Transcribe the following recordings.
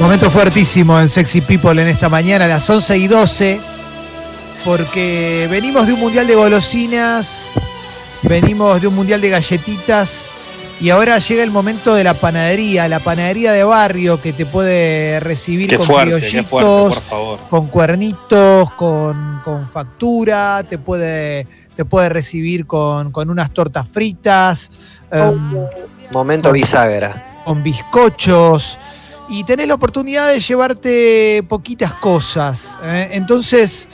Momento fuertísimo en Sexy People en esta mañana, a las 11 y 12, porque venimos de un mundial de golosinas, venimos de un mundial de galletitas, y ahora llega el momento de la panadería, la panadería de barrio que te puede recibir Qué con fuerte, qué criollitos, fuerte, por favor. con cuernitos, con, con factura, te puede, te puede recibir con, con unas tortas fritas, em, Momento bisagra. con bizcochos y tenés la oportunidad de llevarte poquitas cosas. ¿eh? Entonces,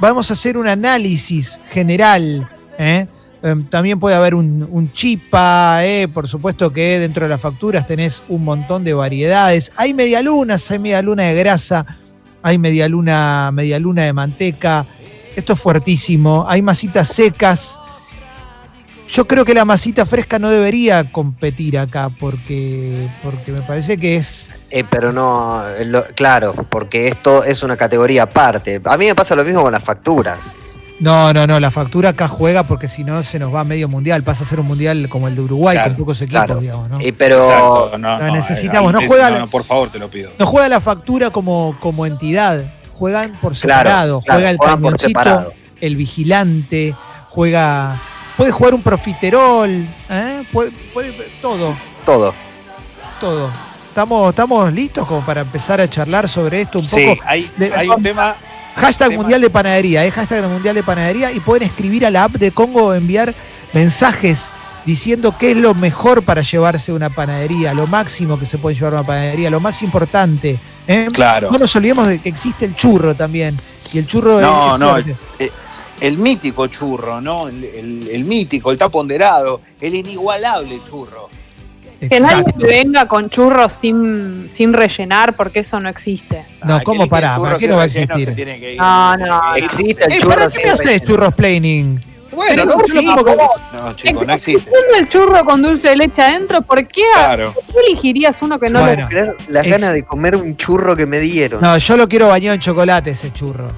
vamos a hacer un análisis general. ¿eh? Em, También puede haber un, un chipa, ¿eh? por supuesto que dentro de las facturas tenés un montón de variedades. Hay medialunas, hay medialuna de grasa, hay medialuna, medialuna de manteca. Esto es fuertísimo. Hay masitas secas. Yo creo que la masita fresca no debería competir acá porque, porque me parece que es Eh, pero no, lo- claro, porque esto es una categoría aparte. A mí me pasa lo mismo con las facturas. No, no, no, la factura acá juega porque si no se nos va a medio mundial, pasa a ser un mundial como el de Uruguay Claro, con pocos equipos, claro. digamos, ¿no? Eh, pero Exacto, no, la no, necesitamos, ahí no te- juega la- por favor, te lo pido. No juega la factura como, como entidad, juegan por Claro, separado, claro, juega el juegan por camioncito, separado. el vigilante, juega... Puede jugar un profiterol, ¿eh? puede, puede- todo, todo. todo. ¿Estamos, ¿Estamos listos como para empezar a charlar sobre esto un Sí, poco? hay, de- hay un tema. Hashtag Tema- Mundial de Panadería, ¿eh? hashtag Mundial de Panadería y pueden escribir a la app de Congo, enviar mensajes diciendo qué es lo mejor para llevarse una panadería, lo máximo que se puede llevar una panadería, lo más importante. ¿eh? Claro. No nos olvidemos de que existe el churro también. Y el churro No, es no, fuerte. el, eh, el mítico churro, ¿no? El, el- el mítico, el taponderado, el inigualable churro. Que nadie Exacto. me venga con churros sin, sin rellenar, porque eso no existe. No, ¿cómo Ay, qué lindo el pará? churro ¿Para qué sin no va a relleno, existir? se tiene que ir. No, no, Existe el Eh, churro. ¿Para qué me sin haces relleno. churros planning? Bueno, Tenemos no, un sí, churro por con- favor. no, chico, no existe. Existe el churro con dulce de leche adentro, ¿por qué, Claro. ¿por qué elegirías uno que no Bueno, Puedo creer Las Ex- ganas de comer un churro que me dieron. No, yo lo quiero bañado en chocolate ese churro. lo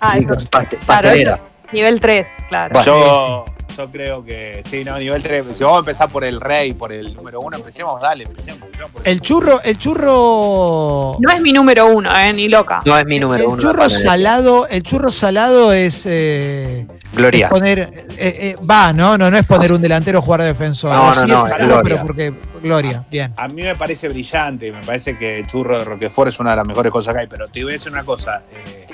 ah, Sí, eso, con paste- claro, pastelera. es Nivel 3, claro. Bueno. Yo, yo creo que sí, no, nivel 3. Si vamos a empezar por el rey, por el número 1, empecemos, dale, empecemos. no, por El churro, el churro. No es mi número uno, eh, ni loca. No es mi número el uno. churro panadería. salado, el churro salado es, eh, es Gloria. poner, eh, eh, va, no, no, no es poner un delantero a jugar defensor. No, no, Sí no, es es salado, pero Gloria. porque Gloria, bien. A mí me parece brillante, me parece que el churro de Roquefort es una de las mejores cosas que hay, pero te voy a decir una cosa, eh,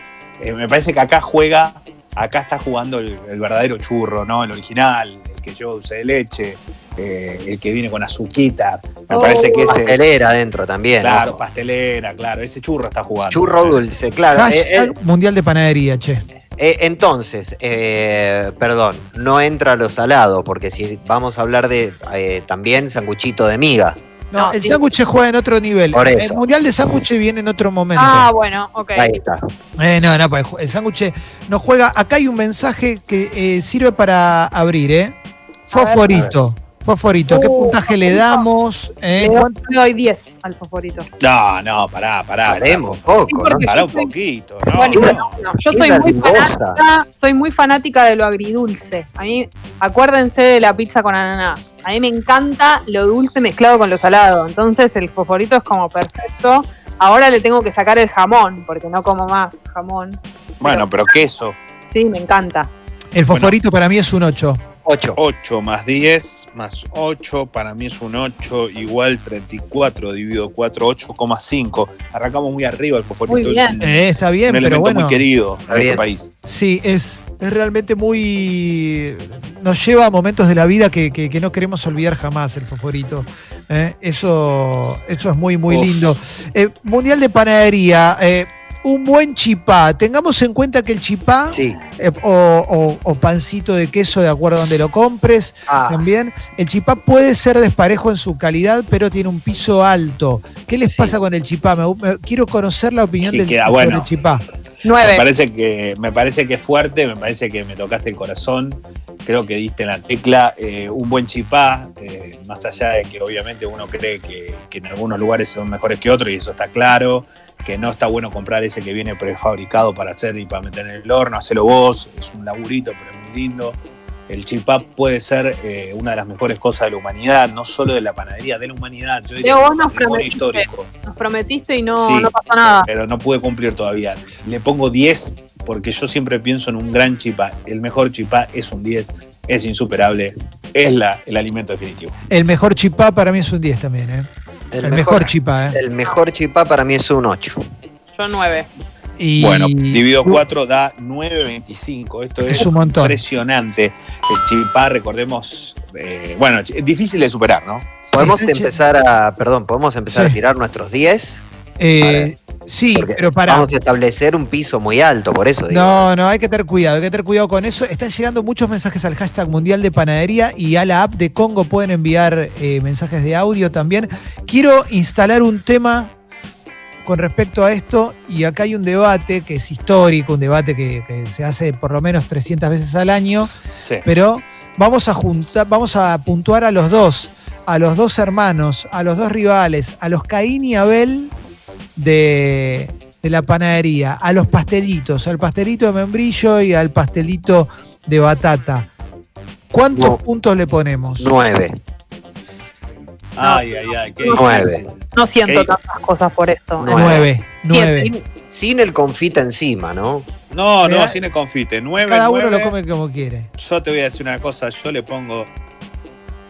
eh, me parece que acá juega, acá está jugando el, el verdadero churro, ¿no? El original, el que lleva dulce de leche, eh, el que viene con azuquita, me Oh, parece que ese es... Pastelera adentro también. Claro, ojo. pastelera, claro, ese churro está jugando. Churro dulce, claro. eh, eh, Hashtag Mundial de Panadería, che. Eh, entonces, eh, perdón, no entra lo salado, porque si vamos a hablar de eh, también sanguchito de miga. No, No, el sí. sándwich juega en otro nivel. Por eso. El Mundial de Sándwich viene en otro momento. Ah, bueno, ok. Ahí está. Eh, no, no, pues el sándwich no juega. Acá hay un mensaje que eh, sirve para abrir, ¿eh? Fosforito. Fosforito, ¿qué Uh, puntaje le damos? eh? Le doy- le doy 10 al favorito. No, no, pará, pará. Paremos un pará, poco, ¿no? porque- pará un poquito, no, Bueno, no. no, no, Yo soy Qué muy, dadivosa. fanática, soy muy fanática de lo agridulce. A mí, acuérdense de la pizza con ananá. A mí me encanta lo dulce mezclado con lo salado. Entonces el fosforito es como perfecto. Ahora le tengo que sacar el jamón, porque no como más jamón. Bueno, pero queso, Sí, me encanta. El fosforito para mí es un 8. 8. 8 más 10 más 8, para mí es un 8 igual 34 dividido 4, 8,5. Arrancamos muy arriba el Muy fosforito, bien. es un, Eh, está un bien, pero elemento bueno. muy querido en bien. este país. Sí, es, es realmente muy. Nos lleva a momentos de la vida que, que- que no queremos olvidar jamás el fosforito. ¿eh? Eso, eso es muy, muy Uf. lindo. Eh, mundial de panadería. eh, un buen chipá. Tengamos en cuenta que el chipá Sí. eh, o, o- o pancito de queso, de acuerdo a donde lo compres, Ah, también. El chipá puede ser desparejo en su calidad, pero tiene un piso alto. ¿Qué les Sí. pasa con el chipá? Me- me- quiero conocer la opinión Sí, del queda sobre bueno. el chipá. Me 9. parece, que, me parece que es fuerte, me parece que me tocaste el corazón. Creo que diste en la tecla eh, un buen chipá, eh, más allá de que obviamente uno cree que, que en algunos lugares son mejores que otros y eso está claro, que no está bueno comprar ese que viene prefabricado para hacer y para meter en el horno, hacelo vos, es un laburito pero es muy lindo. el chipá puede ser eh, una de las mejores cosas de la humanidad, no solo de la panadería, de la humanidad. Yo diría Leo, que vos nos patrimonio prometiste. histórico, Nos prometiste y no, Sí. no pasó nada. pero no pude cumplir todavía. Le pongo 10 porque yo siempre pienso en un gran chipá. El mejor chipá es un 10, es insuperable, es la, el alimento definitivo. El mejor chipá para mí es un 10 también, ¿eh? El, mejor, chipá, ¿eh? El mejor chipá para mí es un 8. Yo nueve. Y- Bueno, dividido 4 da 9.25. Esto es, Es un montón. impresionante. El chipá, recordemos, eh, bueno, ch- difícil de superar, ¿no? Podemos Está hecho- empezar a. Perdón, podemos empezar Sí. a tirar nuestros 10. Eh, sí, porque pero para. Vamos a establecer un piso muy alto, por eso digo. No, no, hay que tener cuidado, hay que tener cuidado con eso. Están llegando muchos mensajes al hashtag Mundial de Panadería y a la app de Congo pueden enviar eh, mensajes de audio también. Quiero instalar un tema con respecto a esto y acá hay un debate que es histórico, un debate que, que se hace por lo menos 300 veces al año, Sí. pero vamos a, juntar, vamos a puntuar a los dos, a los dos hermanos, a los dos rivales, a los Caín y Abel de, de la panadería, a los pastelitos, al pastelito de membrillo y al pastelito de batata. ¿Cuántos No. puntos le ponemos? 9. Ay, ay, ay, qué Nueve. difícil. No siento Ok. tantas cosas por esto. Nueve. Nueve, nueve. Sin, sin el confita encima, ¿no? No, no, Mira, sin el confite. 9, Cada uno lo come como quiere. Yo te voy a decir una cosa, yo le pongo.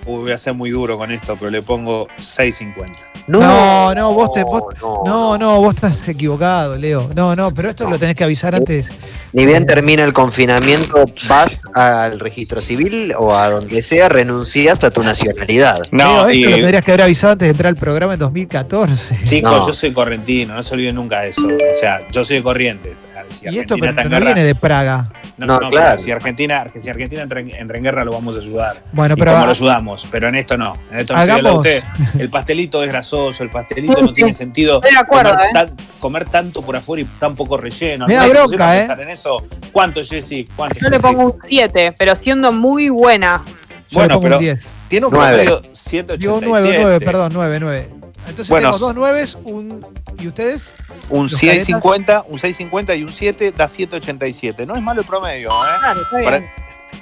Uy, voy a ser muy duro con esto, pero le pongo 6.50. No, no, vos te- vos- no, No, no, vos estás equivocado, Leo. No, no, pero esto No. lo tenés que avisar antes. Ni bien termina el confinamiento, vas al registro civil o a donde sea, renuncias a tu nacionalidad. Leo, esto lo tendrías que haber avisado antes de entrar al programa en 2014. chicos, No. yo soy correntino, no se olviden nunca de eso. O sea, yo soy de Corrientes. Ah, Si y esto Argentina pero está en no guerra- viene de Praga. no, No, no, pero claro. Si Argentina, si Argentina entra, en, entra en guerra, lo vamos a ayudar. Bueno, Y pero cómo ah, lo ayudamos, pero en esto no. En esto no estoy hagamos. hablando de usted. El pastelito es grasoso, el pastelito no tiene sentido. Estoy de acuerdo, comer, ¿eh? tan- comer tanto por afuera y tan poco relleno. Me da ¿No? bronca, pusieron a ¿eh? pensar en eso? ¿Cuánto, Jessy? ¿Cuánto, Yo le Jessy? pongo un 7, pero siendo muy buena. yo le Bueno, pongo pero un 10. tiene un Nueve. promedio Digo 187. 9, 9, perdón, 9, 9. Entonces Bueno, tengo dos 9, un. ¿Y ustedes? Un Los 650, un 650 y un 7 da 187. No es malo el promedio, ¿eh? Claro, está bien. Para,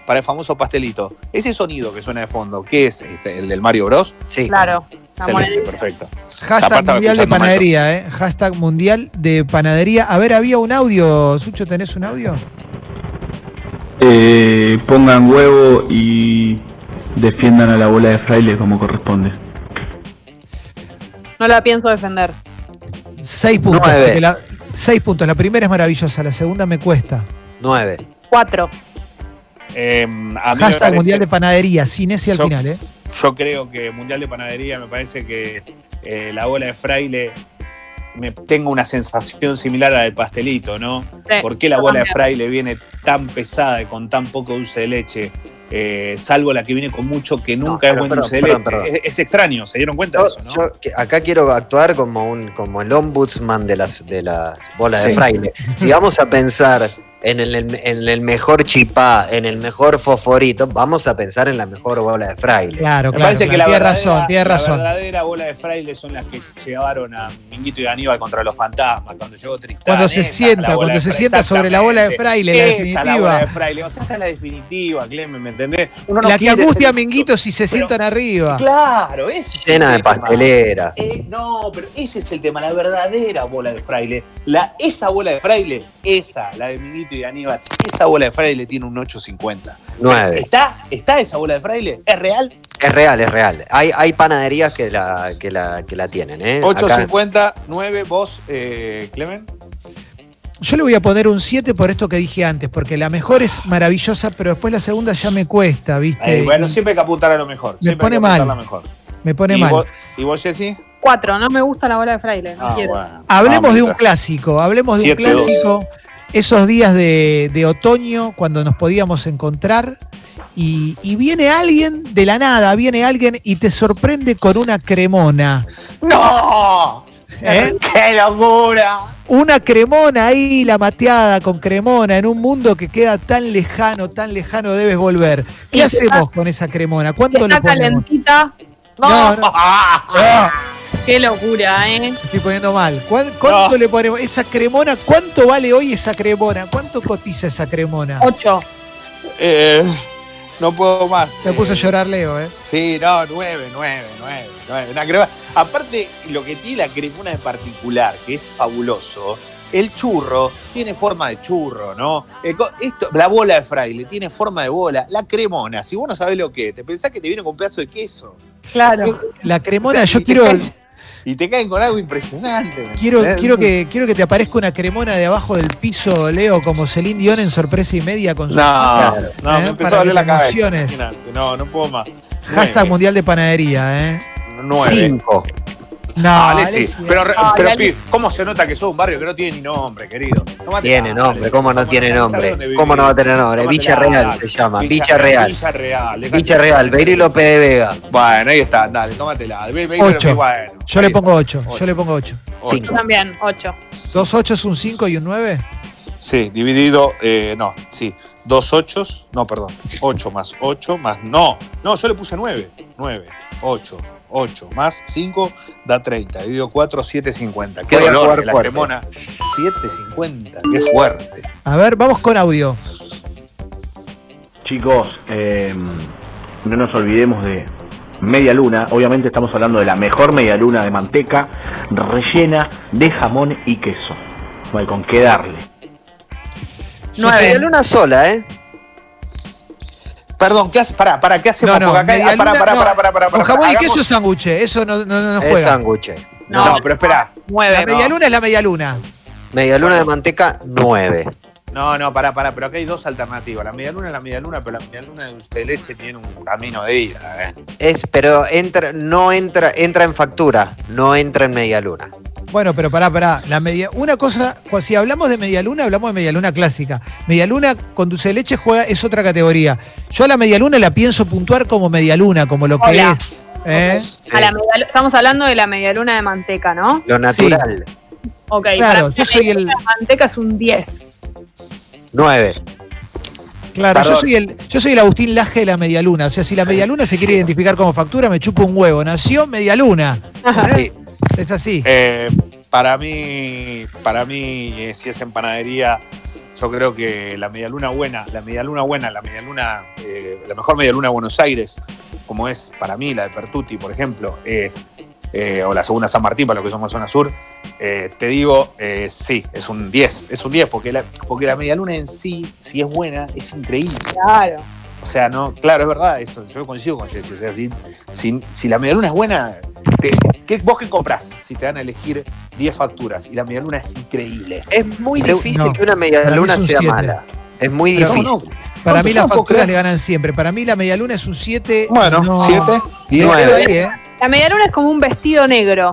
para el famoso pastelito. Ese sonido que suena de fondo, ¿qué es? Este, ¿El del Mario Bros? Sí. Claro. La Excelente, moneda- perfecto. Aparte Hashtag estaba mundial de escuchando panadería, ¿eh? Hashtag mundial de panadería. A ver, había un audio. Sucho, ¿tenés un audio? Eh, pongan huevo y defiendan a la bola de fraile como corresponde. No la pienso defender. 6 puntos. Nueve. porque La, 6 puntos. La primera es maravillosa, la segunda me cuesta. 9. 4. Eh, a mí me Hashtag parece- mundial de panadería, sin ese al Yo- final, ¿eh? Yo creo que Mundial de Panadería me parece que eh, la bola de fraile me tengo una sensación similar a la del pastelito, ¿no? ¿Por qué la bola de fraile viene tan pesada y con tan poco dulce de leche? Eh, salvo la que viene con mucho que No, nunca pero, es buen perdón, dulce de perdón, leche. perdón. Es, es extraño, se dieron cuenta Yo- de eso, ¿no? yo que- acá quiero actuar como un como el ombudsman de las de las bolas Sí. de fraile. Si vamos a pensar en el, en el mejor chipá, en el mejor fosforito, vamos a pensar en la mejor bola de fraile. Ah, Claro, me claro. parece que claro. la Tienes verdadera, razón, tienes la razón. verdadera bola de fraile son las que llevaron a Minguito y Aníbal contra los fantasmas, cuando llegó Tristán. Cuando se esa es la sienta, bola cuando de se fraile, sienta sobre la bola de exactamente. fraile, la Esa es la bola de definitiva. fraile. O sea, esa es la definitiva, Clemen, ¿me entendés? Uno no La que quiere angustia a ser- Minguito si se Pero- sientan arriba. Claro, ese es el Cena de tema. pastelera. Eh, no, pero ese es el tema, la verdadera bola de fraile. La, esa bola de fraile, esa, la de Minguito y Aníbal, esa bola de fraile tiene un 850. 9. ¿Está, ¿Está esa bola de fraile? ¿Es real? Es real, es real. Hay, hay panaderías que la, que la, que la tienen, ¿eh? Acá- 850, 9, vos, eh, Clemen. Yo le voy a poner un 7 por esto que dije antes, porque la mejor es maravillosa, pero después la segunda ya me cuesta, ¿viste? Eh, bueno, siempre hay que apuntar a lo mejor. siempre pone hay que apuntar mal. a lo mejor. me pone ¿Y, mal. Vos, ¿Y vos, Jessy? 4. No me gusta la bola de fraile. No Ah, quiero. bueno. Hablemos Vamos, de un está. clásico, hablemos de un 7-2. clásico. Esos días de, de otoño, cuando nos podíamos encontrar, y, y viene alguien de la nada, viene alguien y te sorprende con una cremona. ¡No! ¿eh? ¡Qué locura! Una cremona ahí, la mateada con cremona, en un mundo que queda tan lejano, tan lejano, debes volver. Y ¿Qué que hacemos con esa cremona? ¿Cuánto Está le ponemos? calentita. No, no. Qué locura, ¿eh? Me Estoy poniendo mal. ¿Cuán- ¿Cuánto No. le ponemos? Esa cremona, ¿cuánto vale hoy esa cremona? ¿Cuánto cotiza esa cremona? 8. Eh, no puedo más. Se puso a Eh, llorar Leo, ¿eh? Sí, no, nueve, nueve, nueve, nueve. Una crema. Aparte, lo que tiene la cremona de particular, que es fabuloso, el churro tiene forma de churro, ¿no? El co- esto, la bola de fraile tiene forma de bola. La cremona, si vos no sabés lo que es, te pensás que te viene con un pedazo de queso. Claro. La cremona, O yo sea, y te quiero, caen- Y te caen con algo impresionante. ¿me quiero, entendés? quiero, que, quiero que te aparezca una cremona de abajo del piso, Leo, como Celine Dion en sorpresa y media con su No, no, ¿Eh? me empezó Para a doler la que las cabeza. emociones. imagínate. No, no puedo más. hashtag Nueve, mundial de panadería, ¿eh? nueve. Cinco. No, Ah, Alexis, Alexis, pero, re- Ay, pero Alexis. Pib, ¿cómo se nota que sos un barrio que no tiene ni nombre, querido? Tómate Tiene la, nombre, Alexis. ¿cómo no tiene sabes nombre? dónde ¿Cómo no va a vivís? tener nombre? Tómatela, Villa Real dale. se llama, Villa Real. Villa Real. dejate- Villa Real, Beirilo P de Vega. Bueno, ahí está, dale, tómatela. Ve- ve- Ocho. ve- bueno, yo le ahí pongo 8, Ocho. yo le pongo 8. está, ocho. Cinco. También, 8. ¿Dos 8 es un 5 y un 9? Sí, dividido, eh, no, sí, dos ochos, no, perdón, ocho más ocho más, no, no, yo le puse nueve, nueve, ocho, ocho más cinco da treinta, dividido cuatro, siete cincuenta. Qué Voy a dolor jugar de la fuerte. cremona, siete cincuenta, qué fuerte. A ver, vamos con audio. Chicos, eh, no nos olvidemos de media luna. Obviamente estamos hablando de la mejor media luna de manteca, rellena de jamón y queso. No hay con qué darle. Yo sé- Regaló una sola, ¿eh? Perdón, ¿qué hace? Pará, pará, ¿qué hacemos? No, no, Porque acá, media ah, pará, luna, pará, no. pará, pará, pará, Con pará, jamón y hagamos- queso es sándwich, eso no, no, no Es juega. sándwich. No, No, pero espera. 9. La media luna es la media luna. Media luna de manteca, nueve. No, no, pará, pará, pero acá hay dos alternativas. La medialuna es la medialuna, pero la medialuna de dulce de leche tiene un camino de ida, ¿eh? Es, pero entra, no entra, entra en factura, no entra en media luna. Bueno, pero pará, pará. La media, una cosa, cu- si hablamos de medialuna, hablamos de medialuna clásica. Medialuna con dulce de leche juega, es otra categoría. Yo a la medialuna la pienso puntuar como medialuna, como lo que Hola. es. ¿eh? A la media- estamos hablando de la medialuna de manteca, ¿no? Lo natural, Ok, Claro, para mí yo la soy el- medialuna de manteca es un 10. nueve. Claro, yo Perdón. soy, el, yo soy el Agustín Laje de la medialuna. O sea, si la medialuna se quiere identificar como factura, me chupa un huevo. Nació medialuna. ¿eh? Sí. Es así. Eh, para mí, para mí, eh, si es en panadería, yo creo que la medialuna buena, la medialuna buena, la medialuna, eh, la mejor medialuna de Buenos Aires, como es para mí la de Pertuti, por ejemplo, eh, eh, o la segunda San Martín, para los que somos zona sur, eh, te digo, eh, sí, es un 10, es un 10, porque la, porque la medialuna en sí, si es buena, es increíble. Claro. O sea, no, claro, es verdad, eso, yo coincido con Jesse. O sea, si, si, si la medialuna es buena, te- ¿qué- ¿vos qué compras? Si te dan a elegir 10 facturas y la medialuna es increíble. Es muy Se- difícil no, que una para media mí luna es un sea siete. mala. Es muy Pero difícil. no, Para mí las ¿cuánto puedo facturas creer? le ganan siempre. Para mí la medialuna es un 7. Bueno, 7, 10. Nueve. ¿eh? La medialuna es como un vestido negro.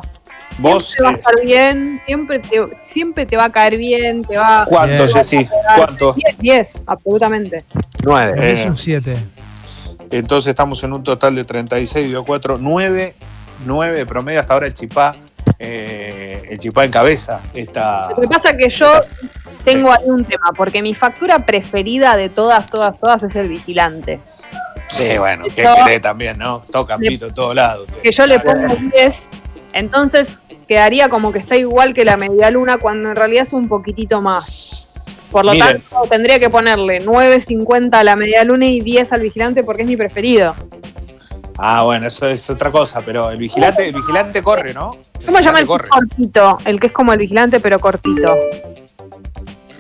¿Vos Siempre va a eh, estar bien, siempre te, siempre te va a caer bien, te va a... cuánto, Bien. Jessy? ¿Cuánto? 10, 10, absolutamente. Nueve. Es un 7. Entonces estamos en un total de 36, dio 4, 9, 9 de promedio hasta ahora el chipá. eh, el chipá en cabeza. Ah. Esta, Lo que pasa es que yo tengo ahí un tema, porque mi factura preferida de todas, todas, todas es el vigilante. sí, bueno, que Yo- querés también, ¿no? Toca pito en todos lados. que yo le pongo 10, entonces quedaría como que está igual que la media luna, cuando en realidad es un poquitito más. Por lo Miren. tanto, tendría que ponerle 9.50 a la media luna y 10 al vigilante porque es mi preferido. Ah, bueno, eso es otra cosa, pero el vigilante, el vigilante corre, ¿no? El ¿Cómo se llama vigilante el corre. cortito? El que es como el vigilante, pero cortito.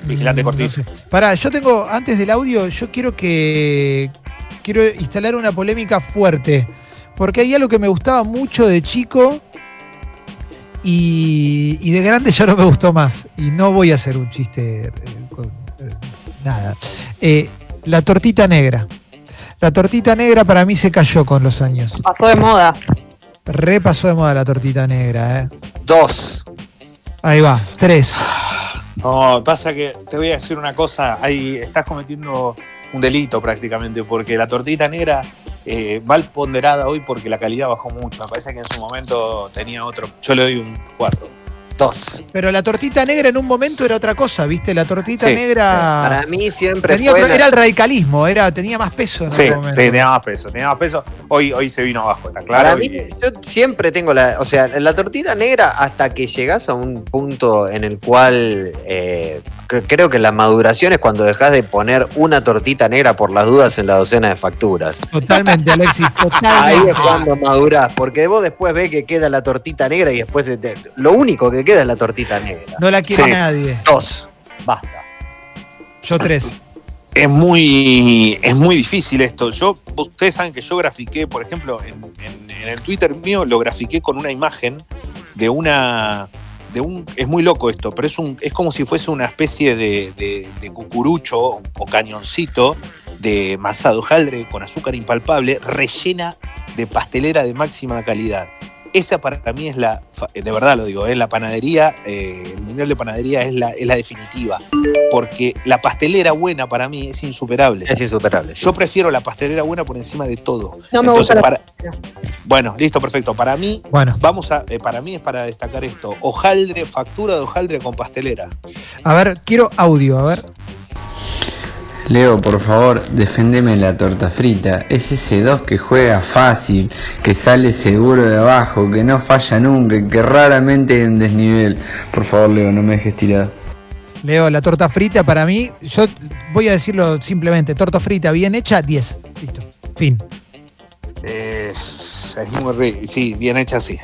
Vigilante cortito. Mm, Pará, yo tengo, antes del audio, yo quiero que. Quiero instalar una polémica fuerte. Porque hay algo que me gustaba mucho de chico. Y, y de grande ya no me gustó más. Y no voy a hacer un chiste. eh, con, eh, nada. Eh, la tortita negra. La tortita negra para mí se cayó con los años. Pasó de moda. Repasó de moda la tortita negra, ¿eh? Dos. Ahí va, tres. No, pasa que te voy a decir una cosa, ahí estás cometiendo un delito prácticamente, porque la tortita negra eh, mal ponderada hoy porque la calidad bajó mucho. Me parece que en su momento tenía otro. Yo le doy un cuarto. Dos. Pero la tortita negra en un momento era otra cosa, ¿viste? La tortita Sí. negra Para mí siempre tenía fue. otro- la- era el radicalismo, era, tenía más peso en Sí, otro momento. sí, tenía más peso, tenía más peso. Hoy, hoy se vino abajo, está Para claro. mí, Y- yo siempre tengo la. O sea, la tortilla negra hasta que llegas a un punto en el cual eh, cre- creo que la maduración es cuando dejas de poner una tortita negra por las dudas en la docena de facturas. Totalmente, Alexis, Ahí totalmente. es cuando madurás, porque vos después ves que queda la tortita negra y después se te- lo único que queda es la tortita negra. No la quiere Sí. nadie. Dos, basta. Yo tres. Es muy, es muy difícil esto. Yo, ustedes saben que yo grafiqué, por ejemplo, en, en- en el Twitter mío lo grafiqué con una imagen de una. De un, es muy loco esto, pero es, un, es como si fuese una especie de, de- de cucurucho o cañoncito de masado hojaldre con azúcar impalpable rellena de pastelera de máxima calidad. Esa para mí es la, fa- eh, de verdad lo digo, es la panadería, eh, el mundial de panadería es la, es la definitiva, porque la pastelera buena para mí es insuperable. Es insuperable. sí. Yo prefiero la pastelera buena por encima de todo. No me gusta la para- Bueno, listo, perfecto. Para mí, Bueno, vamos a, eh, para mí es para destacar esto. Hojaldre, factura de hojaldre con pastelera. a ver, quiero audio, a ver. Leo, por favor, defendeme la torta frita. Es ese 2 que juega fácil, que sale seguro de abajo, que no falla nunca, que raramente hay un desnivel. Por favor, Leo, no me dejes tirado. Leo, la torta frita para mí, yo voy a decirlo simplemente, torta frita bien hecha, 10. Listo. Fin. Eh, es muy rico. Sí, bien hecha, sí.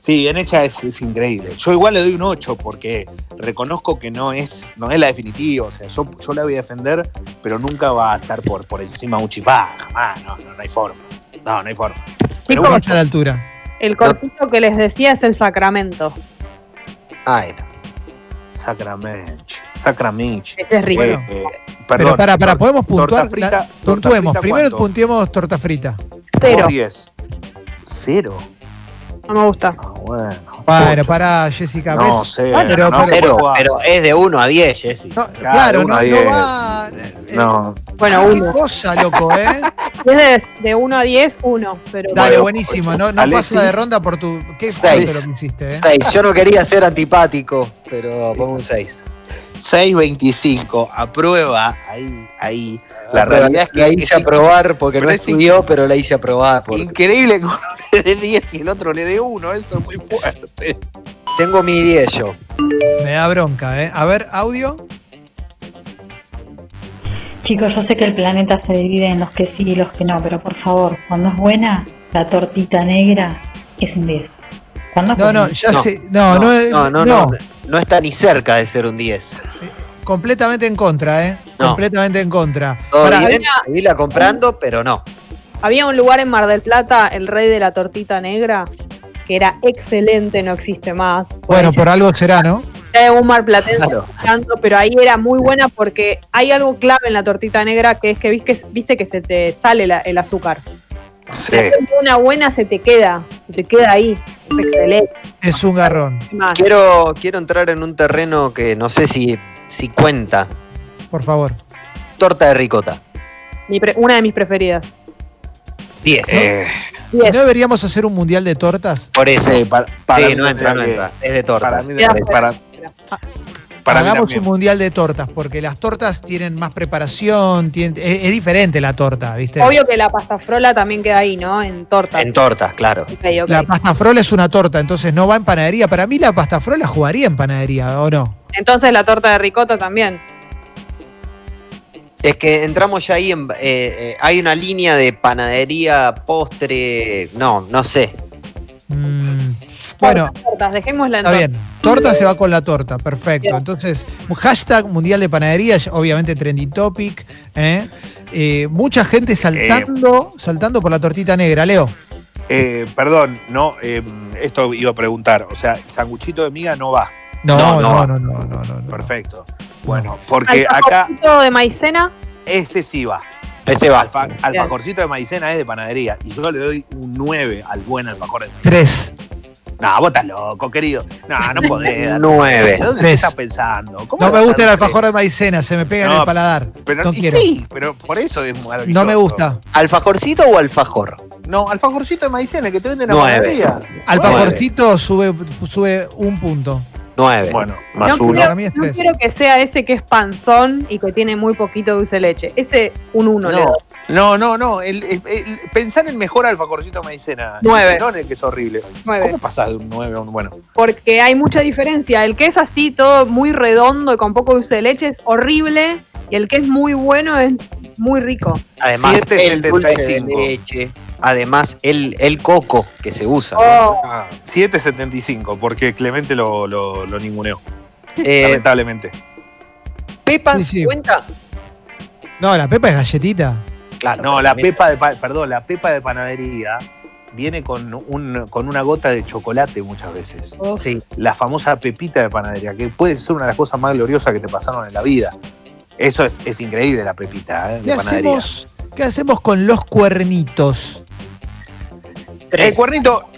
Sí, bien hecha es, es increíble. Yo igual le doy un 8 porque reconozco que no es, no es la definitiva. O sea, yo, yo la voy a defender, pero nunca va a estar por, por encima de un chipá. Jamás, no, no, no hay forma. No, no hay forma. Pero No bueno, está a la altura. El cortito que les decía es el Sacramento. Ahí está. Sacramento. Sacramento. Este es rico. Eh, Bueno. eh, Pero perdón. para, para, Tor- podemos puntuar. Torta frita, La- torta puntuemos. frita, Primero ¿cuánto? punteemos torta frita. Cero. Por 10. Cero. No me gusta. Ah, bueno. Para, Ocho. para, Jessica. ¿ves? No, cero. Pero- no, pero- Cero, puede jugar. pero es de 1 a 10, Jessy. No, claro, claro, no, uno a no diez. va. eh, No. Bueno, qué uno. cosa, loco, ¿eh? Es de, de 1 a 10, 1. Pero Dale, Bueno, buenísimo. No, no Alexis. pasa de ronda por tu. Qué Seis. fuerte lo que hiciste, ¿eh? Seis. Yo no quería ser antipático, pero pongo un 6. 6.25, aprueba, ahí, ahí. La realidad es que Ah, la hice aprobar porque no Pero es estudió, pero la hice aprobar. porque- increíble que uno le dé 10 y el otro le dé 1, eso es muy fuerte. Tengo mi 10 yo. Me da bronca, ¿eh? A ver, audio. Chicos, yo sé que el planeta se divide en los que sí y los que no, pero por favor, cuando es buena, la tortita negra es un 10. Cuando es No, no, buena. ya No, sé. No, no, eh, no, no, no, no está ni cerca de ser un 10. Completamente en contra, ¿eh? No. Completamente en contra. Todo Pará, bien, seguirla comprando, pero no. Había un lugar en Mar del Plata, el rey de la tortita negra, que era excelente, no existe más. Por bueno, ahí por algo será, ¿no? se ve un marplatense Claro. tanto, pero ahí era muy buena porque hay algo clave en la tortita negra que es que viste, viste que se te sale la- el azúcar. Sí. Una buena se te queda, se te queda ahí. Es excelente. Es un garrón. Más. Quiero, quiero entrar en un terreno que no sé si, si cuenta. Por favor. Torta de ricota. Mi pre- una de mis preferidas. 10. Eh, ¿No Diez. deberíamos hacer un mundial de tortas? Por eso. sí, para, para sí, mí no entra, no tendría entra. Es de que- Para torta. mí, Ya tendría- para, para mí Hagamos también. un mundial de tortas, porque las tortas tienen más preparación, tienen- es, es diferente la torta, ¿viste? Obvio que la pasta frola también queda ahí, ¿no? En torta. En tortas, claro. La pasta frola es una torta, entonces no va en panadería. Para mí la pasta frola jugaría en panadería, ¿o no? Entonces la torta de ricota también. Es que entramos ya ahí en. eh, eh, hay una línea de panadería, postre. No, no sé. Mm, Bueno, Tortas, tortas, dejémosla en está bien. Torta se va con la torta, perfecto. Bien. Entonces, hashtag mundial de panadería, ya- obviamente trendy topic. ¿eh? Eh, mucha gente saltando, saltando por la tortita negra, Leo. Eh, perdón, no, eh, esto iba a preguntar. O sea, el sanguchito de miga no va. No, No, no, no, no. no, no, no. no. Perfecto. Bueno, porque Al acá saborcito de maicena, ese sí va. Ese va. Alfa, alfajorcito de maicena es de panadería. Y yo le doy un 9 al buen alfajor de maicena. Tres. No, vos estás loco, querido. No, no podés. dar- 9. ¿Dónde Tres. estás pensando? ¿Cómo No me vas a gusta el dar un alfajor de tres? maicena, se me pega en No, el paladar. Pero, No y quiero. Sí, pero por eso es maravilloso. No me gusta. ¿Alfajorcito o alfajor? No, alfajorcito de maicena que te venden en la Nueve. panadería. Alfajorcito sube, sube un punto. Nueve. Bueno, más no uno. Quiero, Para mí es no tres. quiero que sea ese que es panzón y que tiene muy poquito dulce de leche. Ese, un uno. le No, doy. no, no, no. El, el- el- pensá en el mejor alfajorcito maicena. Nueve. No en el que es horrible. Nueve. ¿Cómo pasás de un 9 a un bueno? porque hay mucha diferencia. El que es así, todo muy redondo y con poco dulce de leche es horrible. Y el que es muy bueno es muy rico. Además, Siete es el, el dulce de 35. leche. Además, el, el coco que se usa. Oh, Ah, 7.75, porque Clemente lo, lo, lo ninguneó, Eh, lamentablemente. ¿Pepas Sí, sí. cuenta? No, la pepa es galletita. Claro. Ah, No, la pepa pepa de pa- perdón, la pepa de panadería viene con, un, con una gota de chocolate muchas veces. Sí, La famosa pepita de panadería, que puede ser una de las cosas más gloriosas que te pasaron en la vida. Eso es, es increíble, la pepita eh, ¿Qué de panadería. hacemos, ¿Qué hacemos con los cuernitos? El cuernito.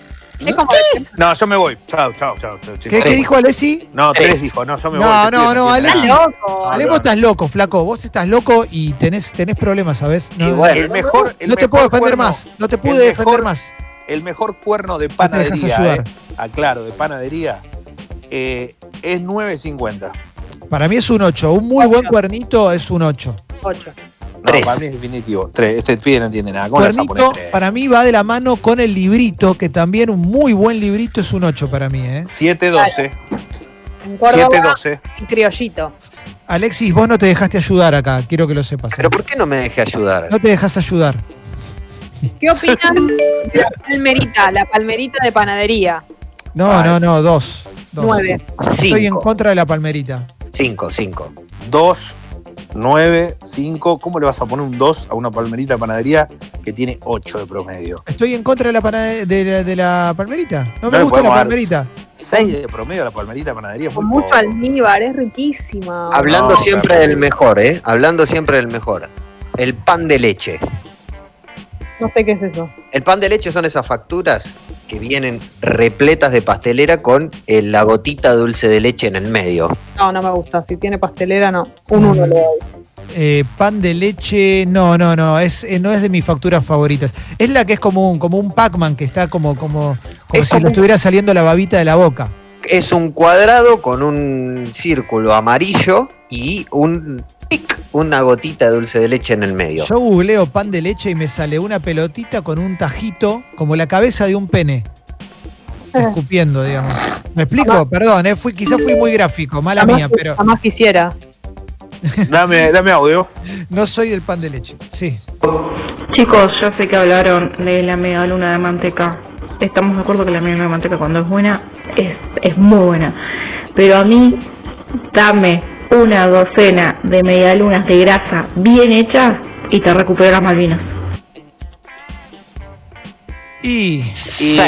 es como No, yo me voy. Chao, chao, chao. chao, ¿Qué, chicos. qué dijo Alessi? No, Tres. tres dijo, no, yo me No, voy. te no, pido, no, te pido. Alexis. está loco. Ah, Ale, no. vos estás loco, flaco. Vos estás loco y tenés, tenés problemas, ¿sabés? No, Y bueno, El mejor. el no te mejor puedo defender cuerno- más. No te pude el mejor defender más. El mejor cuerno de No te dejas panadería, ayudar. eh, aclaro, de panadería, eh, es 9.50. Para mí es un 8. Un muy buen Ocho. cuernito es un 8. Ocho. No, Tres. para mí es definitivo. Tres. Este pibe no entiende nada. ¿Cómo le vas a poner Cuernito tres? para mí va de la mano con el librito, que también un muy buen librito es un 8 para mí, ¿eh? 7.12. En Córdoba, 7.12. un criollito. Alexis, vos no te dejaste ayudar acá, quiero que lo sepas. ¿eh? pero ¿por qué no me dejé ayudar? No te dejas ayudar. ¿Qué opinan de la palmerita? La palmerita de panadería. No, Ah, no, es- no, dos. dos. Nueve. Estoy en Cinco, contra de la palmerita. cinco, cinco. 2, 9, 5. ¿Cómo le vas a poner un 2 a una palmerita de panadería que tiene 8 de promedio? Estoy en contra de la, pana- de la, de la palmerita. No me No le gusta la podemos dar palmerita. 6 de promedio a la palmerita de panadería. es Con muy mucho poco. almíbar, es riquísima. Hablando Ah, No, siempre claro. del mejor, ¿eh? Hablando siempre del mejor. El pan de leche. No sé qué es eso. El pan de leche son esas facturas que vienen repletas de pastelera con eh, la gotita dulce de leche en el medio. No, no me gusta. Si tiene pastelera, no. Un uno le doy. Eh, pan de leche, no, no, no. Es, eh, no es de mis facturas favoritas. Es la que es como un, como un Pac-Man que está como, como, como Es si como- le estuviera saliendo la babita de la boca. Es un cuadrado con un círculo amarillo y un pic, una gotita de dulce de leche en el medio. Yo googleo pan de leche y me sale una pelotita con un tajito, como la cabeza de un pene. Escupiendo, digamos. ¿Me explico? Perdón, eh, fui, quizás fui muy gráfico, mala Jamás- mía, pero jamás quisiera. Dame, dame audio. no soy del pan de leche. Sí. Chicos, yo sé que hablaron de la media luna de manteca. Estamos de acuerdo que la media luna de manteca cuando es buena es, es muy buena. Pero a mí, dame una docena de medialunas de grasa bien hechas y te recupero las Malvinas. Y Cinco.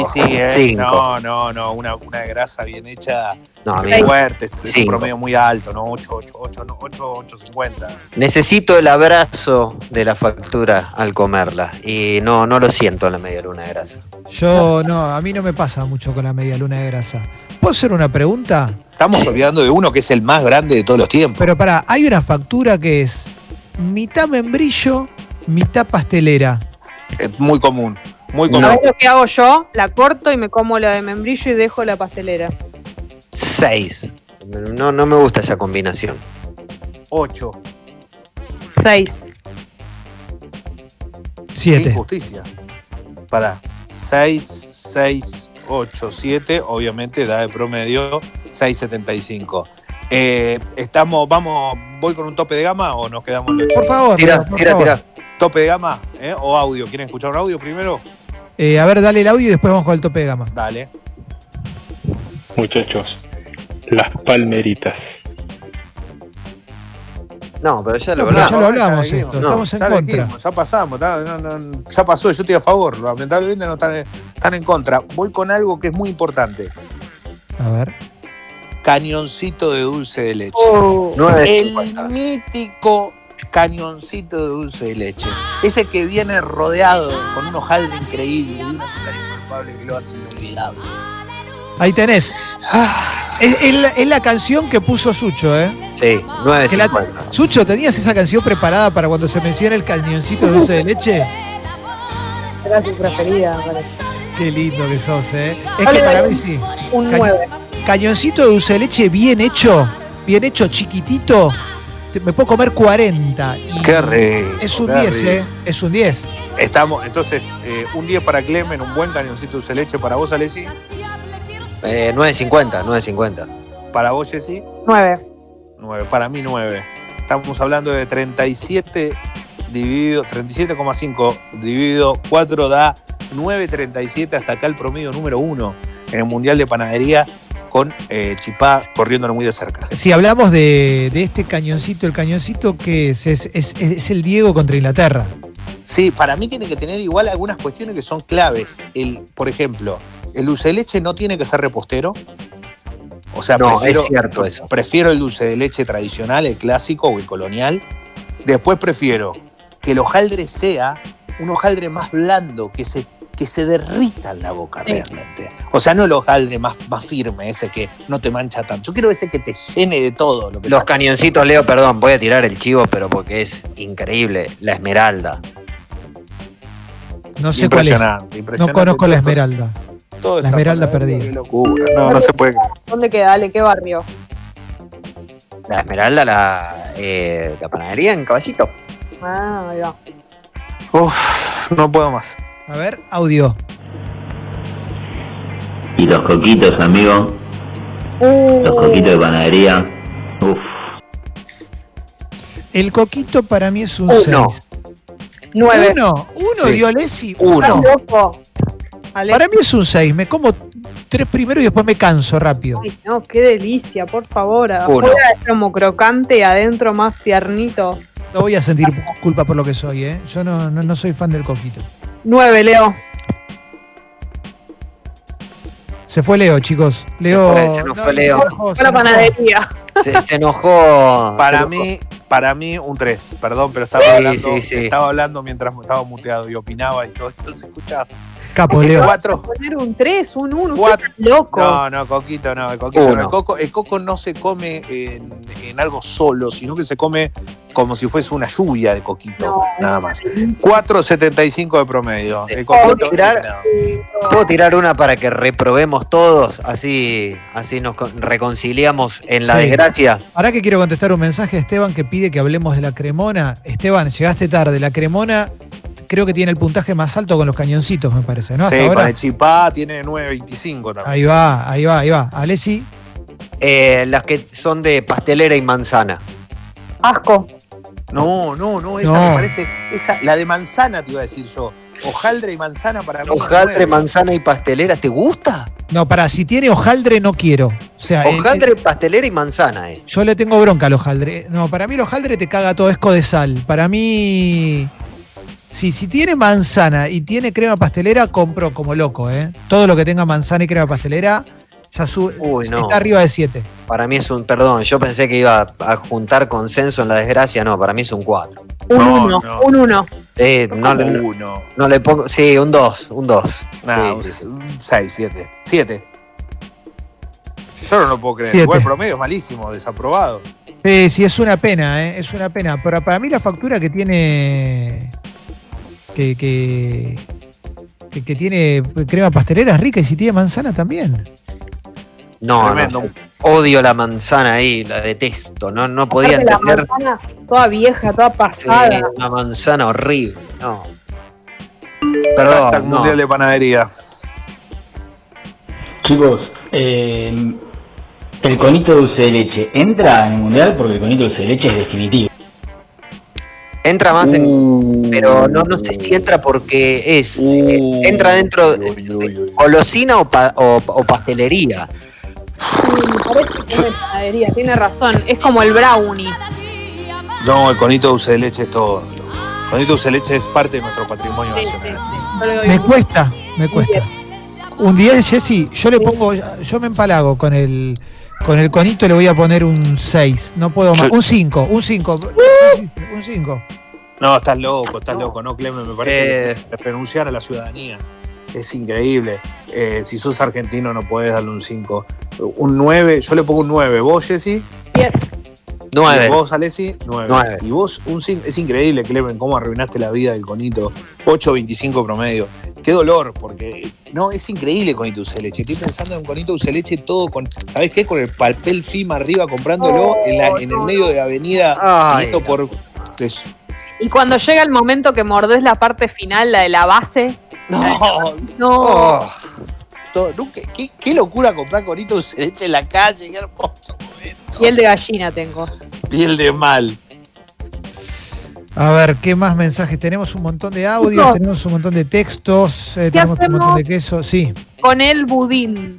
Y sí, eh. Cinco. No, no, no. Una, una grasa bien hecha. No, Es amigo. fuerte, es, es un Cinco. promedio muy alto, ¿no? 8, 8, 8, 8, 8, 50. Necesito el abrazo de la factura al comerla. Y no, no lo siento en la media luna de grasa. yo no, a mí no me pasa mucho con la media luna de grasa. ¿Puedo hacer una pregunta? Estamos olvidando de uno que es el más grande de todos los tiempos. Pero pará, hay una factura que es mitad membrillo, mitad pastelera. es muy común, muy A común. ver lo que hago yo, la corto y me como la de membrillo y dejo la pastelera. Seis. No, no me gusta esa combinación. 8. Seis. Qué Siete. injusticia. Para 6, 6, 8, 7, obviamente da de promedio 6,75. Eh, estamos, vamos, voy con un tope de gama o nos quedamos en el Por favor, Tira, por tira, favor. tira. tope de gama eh, o audio. ¿Quieren escuchar un audio primero? Eh, a ver, dale el audio y después vamos con el tope de gama. Dale. Muchachos, las palmeritas. No, pero ya lo No, pero hablamos. ya lo hablamos Ya esto, dijimos, estamos en ya lo contra. dijimos, ya pasamos, está- no, no, ya pasó, yo estoy a favor, lamentablemente no están, están en contra. Voy con algo que es muy importante, A ver. cañoncito de dulce de leche. Nueve, El cincuenta. mítico cañoncito de dulce de leche. Ese que viene rodeado con un hojaldre increíble y un azúcar incolpable que lo hace inolvidable. Ahí tenés. Ah, Es, es la, es la canción que puso Sucho, ¿eh? Sí, nueve Que la- cincuenta. Sucho, ¿tenías esa canción preparada para cuando se menciona el cañoncito de dulce de leche? Era tu preferida, me parece. Qué lindo que sos, ¿eh? Es Dale, que para dale. mí sí. Un Caño- nueve. cañoncito de dulce de leche bien hecho, bien hecho, chiquitito, te- me puedo comer 40. Y Qué rico. Es un qué 10, rico. ¿eh? Es un 10. Estamos, entonces, eh, un 10 para Clemen, un buen cañoncito de dulce de leche para vos, Alessi. Eh, 9.50, 9.50. Para vos, Jessy, 9. 9. Para mí, 9. Estamos hablando de 37 dividido, 37,5 dividido 4 da 9.37 hasta acá el promedio número 1 en el Mundial de Panadería con eh, Chipá corriéndolo muy de cerca. Si hablamos de, de este cañoncito, el cañoncito que es, es, es- es el Diego contra Inglaterra. Sí, para mí tiene que tener igual algunas cuestiones que son claves. El, por ejemplo, el dulce de leche no tiene que ser repostero. O sea, No, es cierto eso. prefiero el dulce de leche tradicional, el clásico o el colonial. Después prefiero que el hojaldre sea un hojaldre más blando, que se, que se derrita en la boca Sí. realmente. O sea, no el hojaldre más, más firme, ese que no te mancha tanto. Yo quiero ese que te llene de todo. Lo que Los cañoncitos, Leo, perdón, voy a tirar el chivo, pero porque es increíble. La esmeralda. No sé cuál es. impresionante, No impresionante. conozco la Todo esto- esmeralda. todo la está esmeralda para- perdida. Qué locura. No, no se puede creer. ¿Dónde queda? Dale, ¿qué barrio? La esmeralda, la, eh, la panadería en caballito. Ah, ahí va. Uf, no puedo más. A ver, audio. Y los coquitos, amigo. Uh. Los coquitos de panadería. Uf. El coquito para mí es un Uno. 6. Uh, Nueve. Uno, uno Sí. dio Alessi. Uno. Estás loco. Ale- Para mí es un 6. Me como tres primero y después me canso rápido. Ay, no, qué delicia, por favor. Uno. Afuera es como crocante y adentro más tiernito. No voy a sentir culpa por lo que soy, ¿eh? Yo no, no, no soy fan del coquito. Nueve, Leo. Se fue Leo, chicos. Leo. fue, se nos fue Leo. enojó, se Para enojó. panadería. Se, se Ah, enojó. se Para enojó. mí, para mí un 3, perdón, pero estaba Sí, hablando, sí, sí. estaba hablando mientras estaba muteado y opinaba y todo, no se escuchaba. Capo, Leo. 4. Poner un tres, un uno, usted Cuatro. está loco. No, no, Coquito, no, el Coquito no. Uno. El coco, el coco no se come en, en algo solo, sino que se come como si fuese una lluvia de coquito, No, nada más. 4.75 de promedio. El coquito, ¿Puedo tirar? no. ¿Puedo tirar una para que reprobemos todos? Así, así nos con- reconciliamos en la Sí. desgracia. Ahora que quiero contestar un mensaje a Esteban que pide que hablemos de la cremona. Esteban, llegaste tarde. La cremona creo que tiene el puntaje más alto con los cañoncitos, me parece, ¿no? Hasta Sí, con ahora. el chipá tiene 9.25 también. Ahí va, ahí va, ahí va. Alessi, Eh, las que son de pastelera y manzana. Asco. No, no, no, esa No. me parece, esa, la de manzana te iba a decir yo. Hojaldre y manzana para mí. Hojaldre, nueve. manzana y pastelera, ¿te gusta? no, pará, si tiene hojaldre no quiero. O sea, el- Hojaldre, pastelera y manzana el- es. yo le tengo bronca al hojaldre. No, para mí el hojaldre te caga todo, es codesal. Para mí. Sí, si tiene manzana y tiene crema pastelera, compro como loco, ¿eh? Todo lo que tenga manzana y crema pastelera ya sube. Uy, no. Está arriba de 7. Para mí es un, perdón, yo pensé que iba a juntar consenso en la desgracia, no, para mí es un 4. Un No, uno, Oh, no. un uno. Eh, no, Como le- uno. no le pongo, sí, un 2, un 2. Nada, Sí, sí, un 6, 7. 7. Yo no lo puedo creer. Siete. Igual promedio es malísimo, desaprobado. Sí, sí, es una pena, ¿eh? es una pena. Pero para mí la factura que tiene. Que, que, que, que tiene crema pastelera es rica y si tiene manzana también. No, Tremendo. no, odio la manzana ahí, la detesto, no, no podía Aparte la entender manzana toda vieja, toda pasada. eh, una manzana horrible, no. Hashtag Perdón, no. Mundial de Panadería. Chicos, eh, el conito de dulce de leche entra en el mundial porque el conito de dulce de leche es definitivo. entra más en Uh. pero no, no sé si entra porque es. eh, entra dentro de golosina o, pa- o- o pastelería. Mm, parece que es de panadería, tiene razón. Es como el brownie. No, el conito dulce de leche es todo. El conito dulce de leche es parte de nuestro patrimonio Sí, sí, sí. nacional. Yo le doy Me un- cuesta, me cuesta. Un 10, Jessy, yo le pongo. Yo me empalago con el. Con el conito le voy a poner un 6. No puedo más. Sí. Un 5, un Uh. 5. Un 5. No, estás loco, estás No. loco, ¿no, Clemen? Me parece Eh. que renunciar a la ciudadanía es increíble. Eh, si sos argentino no podés darle un 5. Un 9, yo le pongo un 9. ¿Vos, Jessy? Yes. Y 9. Vos, Alessi, 9. Nueve. Y vos, un 5. Es increíble, Clemen, cómo arruinaste la vida del conito. 8.25 promedio. Qué dolor, porque no, es increíble el conito dulce de leche. Estoy pensando en un conito dulce de leche todo con, ¿sabés qué? Con el papel FIMA arriba comprándolo en, la- en el medio de la avenida. Ay, esto por. es- Y cuando llega el momento que mordés la parte final, la de la base, no, no. oh, todo- nunca- qué, qué locura comprar conito dulce de leche en la calle, qué hermoso. Piel de gallina tengo. Piel de mal. A ver, ¿qué más mensajes? Tenemos un montón de audios, Chicos. tenemos un montón de textos, eh, ¿Qué tenemos un montón hacemos? de queso. Sí, Con el budín.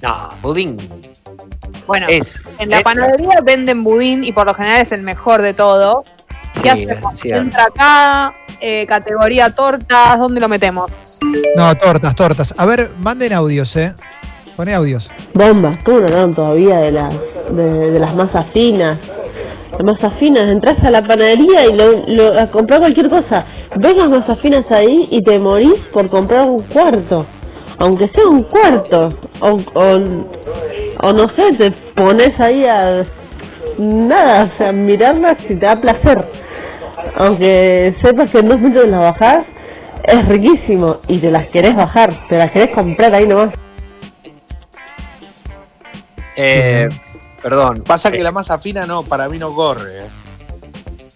No, budín. Bueno, Es. en la es- panadería venden budín y por lo general es el mejor de todo. ¿Qué Sí, hacemos? es cierto. Entra acá, eh, categoría tortas, ¿dónde lo metemos? no, tortas, tortas. A ver, manden audios, ¿eh? Poné audios. Bombas, ¿cómo no hablaron todavía de las, de, de las masas finas? Las masas finas, entras a la panadería y lo, lo- a comprar cualquier cosa. Ves las masas finas ahí y te morís por comprar un cuarto. Aunque sea un cuarto. O, o- o no sé, te pones ahí a... Nada, o sea, mirarlas y te da placer. Aunque sepas que en dos minutos las bajás, es riquísimo. Y te las querés bajar, te las querés comprar ahí nomás. eh, perdón. Pasa que la masa fina no, para mí no corre. eh.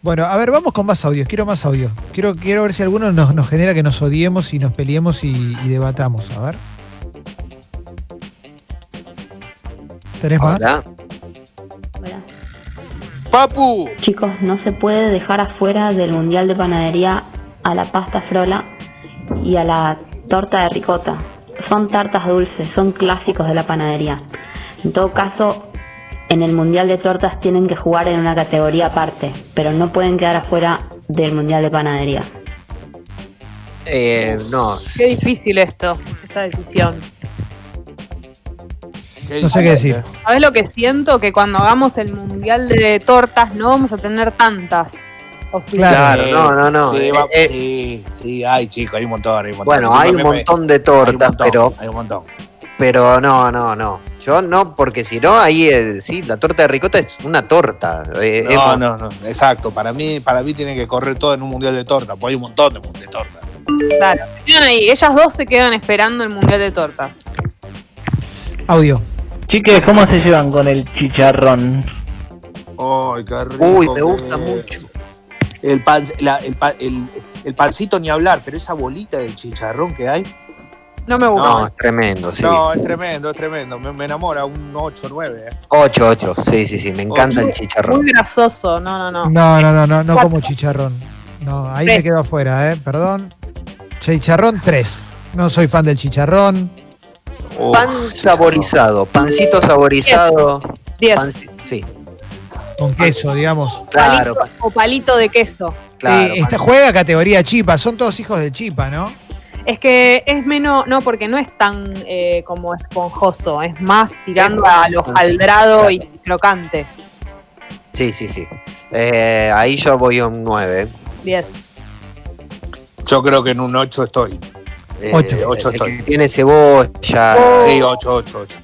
Bueno, a ver, vamos con más audios. Quiero más audios. Quiero, quiero ver si alguno nos, nos genera que nos odiemos y nos peleemos y, y debatamos. A ver. ¿Tenés más? Hola. ¡Papu! Chicos, no se puede dejar afuera del Mundial de Panadería a la pasta frola y a la torta de ricota. Son tartas dulces, son clásicos de la panadería. En todo caso, en el Mundial de Tortas tienen que jugar en una categoría aparte, pero no pueden quedar afuera del Mundial de Panadería. Eh, no. Qué difícil esto, esta decisión. No sé qué decir. ¿Sabes lo que siento? Que cuando hagamos el mundial de tortas no vamos a tener tantas. Claro. Claro, no, no, no. Sí, Eh, va- eh, sí, sí, hay chicos, hay un montón, hay un montón. Bueno, hay un Discúlpame, montón de hay un tortas, montón, pero, Hay un montón. pero no, no, no. Yo no, porque si no, ahí eh, sí, la torta de ricota es una torta. eh, es No, mo- no, no, exacto. Para mí, para mí tiene que correr todo en un mundial de torta, porque hay un montón de mundial de torta. Claro. Se quedan ahí. Ellas dos se quedan esperando el mundial de tortas. Audio. Chiques, ¿cómo se llevan con el chicharrón? Ay, qué rico. Uy, me que gusta es. mucho. El, pan, la- el, pa- el- el pancito ni hablar, pero esa bolita de chicharrón que hay. No me gusta. No, es tremendo, sí. No, es tremendo, es tremendo. Me, me enamora un 8 9. Eh. 8, 8. Sí, sí, sí, me encanta el chicharrón. Muy grasoso. No, no, no. No, no, no, no, no como chicharrón. No, ahí me Tres. quedo afuera, ¿eh? Perdón. Chicharrón 3. No soy fan del chicharrón. Uf, Pan saborizado, pancito saborizado. Diez. panci- sí, Con queso, digamos. claro, Palito o palito de queso. claro. Eh, esta juega categoría chipa. Son todos hijos de chipa, ¿no? Es que es menos, no, porque no es tan eh, como esponjoso, es más tirando a lo Sí, jaldrado claro. y crocante. Sí, sí, sí. Eh, ahí yo voy a un 9. 10. Yo creo que en un 8 estoy. Ocho. 8 eh, El estoy. que tiene cebolla. Sí, 8, 8, 8.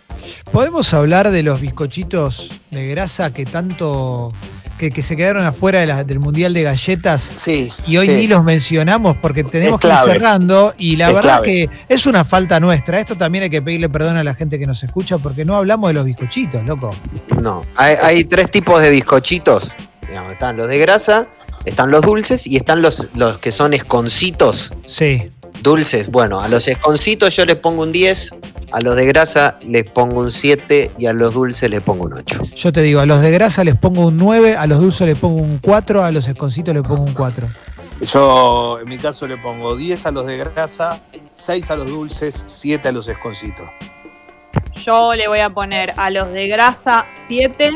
¿Podemos hablar de los bizcochitos de grasa que tanto. que, que se quedaron afuera de la- del Mundial de Galletas? Sí. Y hoy sí. ni los mencionamos porque tenemos Es que ir clave. cerrando. Y la Es verdad clave. que es una falta nuestra. Esto también hay que pedirle perdón a la gente que nos escucha porque no hablamos de los bizcochitos, loco. No, hay, hay tres tipos de bizcochitos. Digamos, están los de grasa, están los dulces y están los, los que son esconcitos Sí. dulces. Bueno, a los esconcitos yo les pongo un 10, a los de grasa les pongo un 7 y a los dulces les pongo un 8. Yo te digo, a los de grasa les pongo un 9, a los dulces les pongo un 4, a los esconcitos les pongo un 4. Yo, en mi caso, le pongo 10 a los de grasa, 6 a los dulces, 7 a los esconcitos. Yo le voy a poner a los de grasa 7,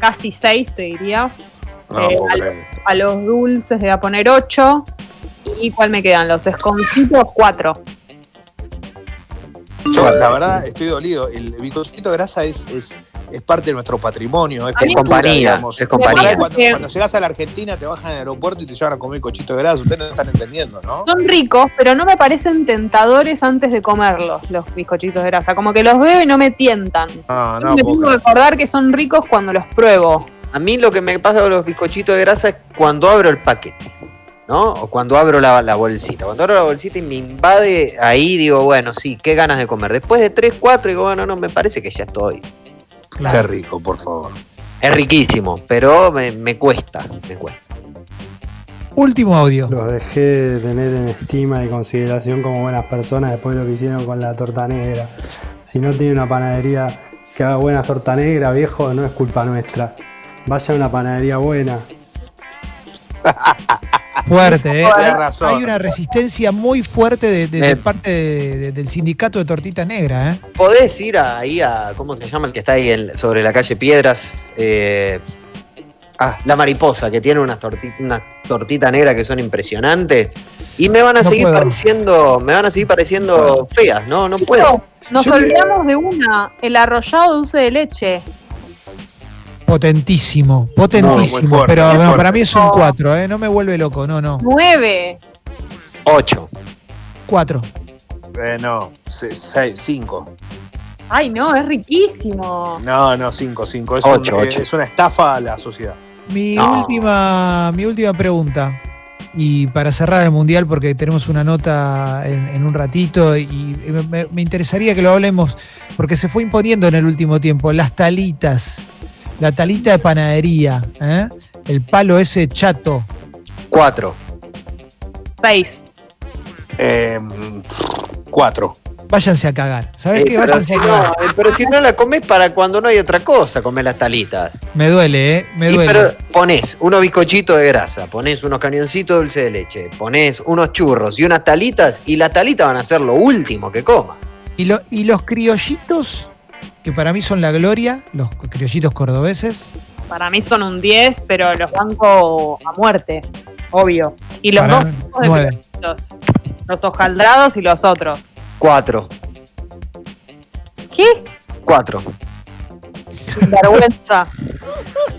casi 6 te diría. No, no Eh, puedo al- creer esto. A los dulces le voy a poner 8. ¿Y cuál me quedan? Los esconcitos 4. Yo, la verdad, estoy dolido. El bizcochito de grasa es, es, es parte de nuestro patrimonio. Es A mí- cultura, Compañía, digamos. es compañía. Por ahí, Cuando, Porque- cuando llegas a la Argentina, te bajan al aeropuerto y te llevan a comer cochito de grasa. Ustedes no están entendiendo, ¿no? Son ricos, pero no me parecen tentadores antes de comerlos, los bizcochitos de grasa. Como que los veo y no me tientan. Ah, No, no, me puedo tengo que creer. acordar que son ricos cuando los pruebo. A mí lo que me pasa con los bizcochitos de grasa es cuando abro el paquete. ¿no? O cuando abro la, la bolsita. Cuando abro la bolsita y me invade ahí, digo, bueno, sí, qué ganas de comer. Después de 3, 4, digo, bueno, no, me parece que ya estoy. Qué rico, por favor. Es riquísimo, pero me, me cuesta, me cuesta. Último audio. Los dejé de tener en estima y consideración como buenas personas después de lo que hicieron con la torta negra. Si no tiene una panadería que haga buenas torta negra, viejo, no es culpa nuestra. Vaya a una panadería buena. Fuerte, ¿eh? Tenés Hay, razón. hay una resistencia muy fuerte de, de- de Eh. parte de- de- del sindicato de tortita negra, ¿eh? Podés ir a- ahí a, ¿cómo se llama el que está ahí en- sobre la calle Piedras? Eh, ah, la mariposa, que tiene unas tortitas tortita negras que son impresionantes. Y me van a No seguir puedo. pareciendo, me van a seguir pareciendo feas, ¿no? No puedo. Chicos, Nos Pues, Yo te- olvidamos de una, el arrollado dulce de leche. Potentísimo, potentísimo. No, muy fuerte, pero muy bueno, fuerte. para mí es un No. 4, ¿eh? No me vuelve loco, no, no. Nueve. Ocho. 4. Eh, no, 5. Ay, no, es riquísimo. No, no, 5, 5. Es, Ocho, un- ocho. es una estafa a la sociedad. Mi, No. última, mi última pregunta. Y para cerrar el mundial, porque tenemos una nota en, en un ratito y, y me- me, me interesaría que lo hablemos, porque se fue imponiendo en el último tiempo las talitas, la talita de panadería, ¿eh? el palo ese chato. Cuatro. Seis. Em, 4. Váyanse a cagar. ¿Sabes Eh, qué? pero, Váyanse si a no, cagar. eh, pero si no la comes para cuando no hay otra cosa, comer las talitas. Me duele, ¿eh? Me Y duele. pero ponés unos bizcochitos de grasa, ponés unos cañoncitos de dulce de leche, ponés unos churros y unas talitas, y las talitas van a ser lo último que coma. Y, lo- y los criollitos, que para mí son la gloria, los criollitos cordobeses. Para mí son un 10, pero los banco a muerte, obvio. Y los para dos mí, tipos de nueve. pedacitos, los hojaldrados y los otros. Cuatro, ¿Qué? cuatro. Vergüenza.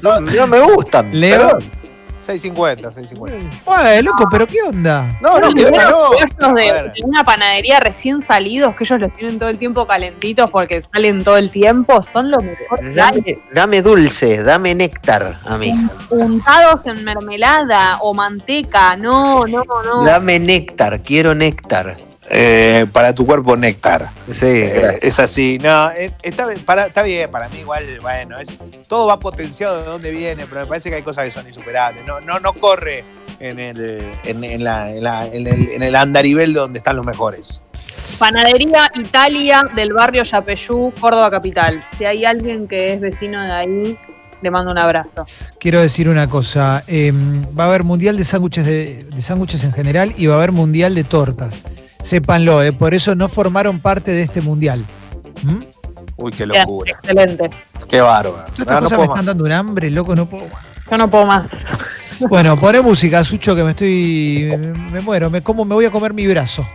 No, no me gustan. Leo. perdón. 6.50, 6.50. Ué, loco, pero ¿qué onda? No, no, Los que no. puestos de, A ver, de una panadería recién salidos, que ellos los tienen todo el tiempo calentitos porque salen todo el tiempo, son los mejores. Dame, dame dulce, dame néctar a mí. Untados en mermelada o manteca. No, no, no. Dame néctar, quiero néctar. eh, para tu cuerpo, néctar. Sí, Eh, gracias. es así. No, eh, está, bien, para- está bien, para mí igual, bueno, es, todo va potenciado de dónde viene, pero me parece que hay cosas que son insuperables. No, no, no corre en el, en, en la- en la- en el, en el andarivel donde están los mejores. Panadería Italia del barrio Yapeyú, Córdoba Capital. Si hay alguien que es vecino de ahí, le mando un abrazo. Quiero decir una cosa. eh, va a haber mundial de sándwiches de, de sándwiches en general y va a haber mundial de tortas. Sépanlo, eh, por eso no formaron parte de este mundial. ¿Mm? Uy, qué locura. Excelente. Qué bárbaro. Todas estas Ah, No, no cosas me puedo están más. dando un hambre, loco, no puedo. más. Yo no puedo más. Bueno, poné música, Sucho, que me estoy. Me muero, me como, me voy a comer mi brazo.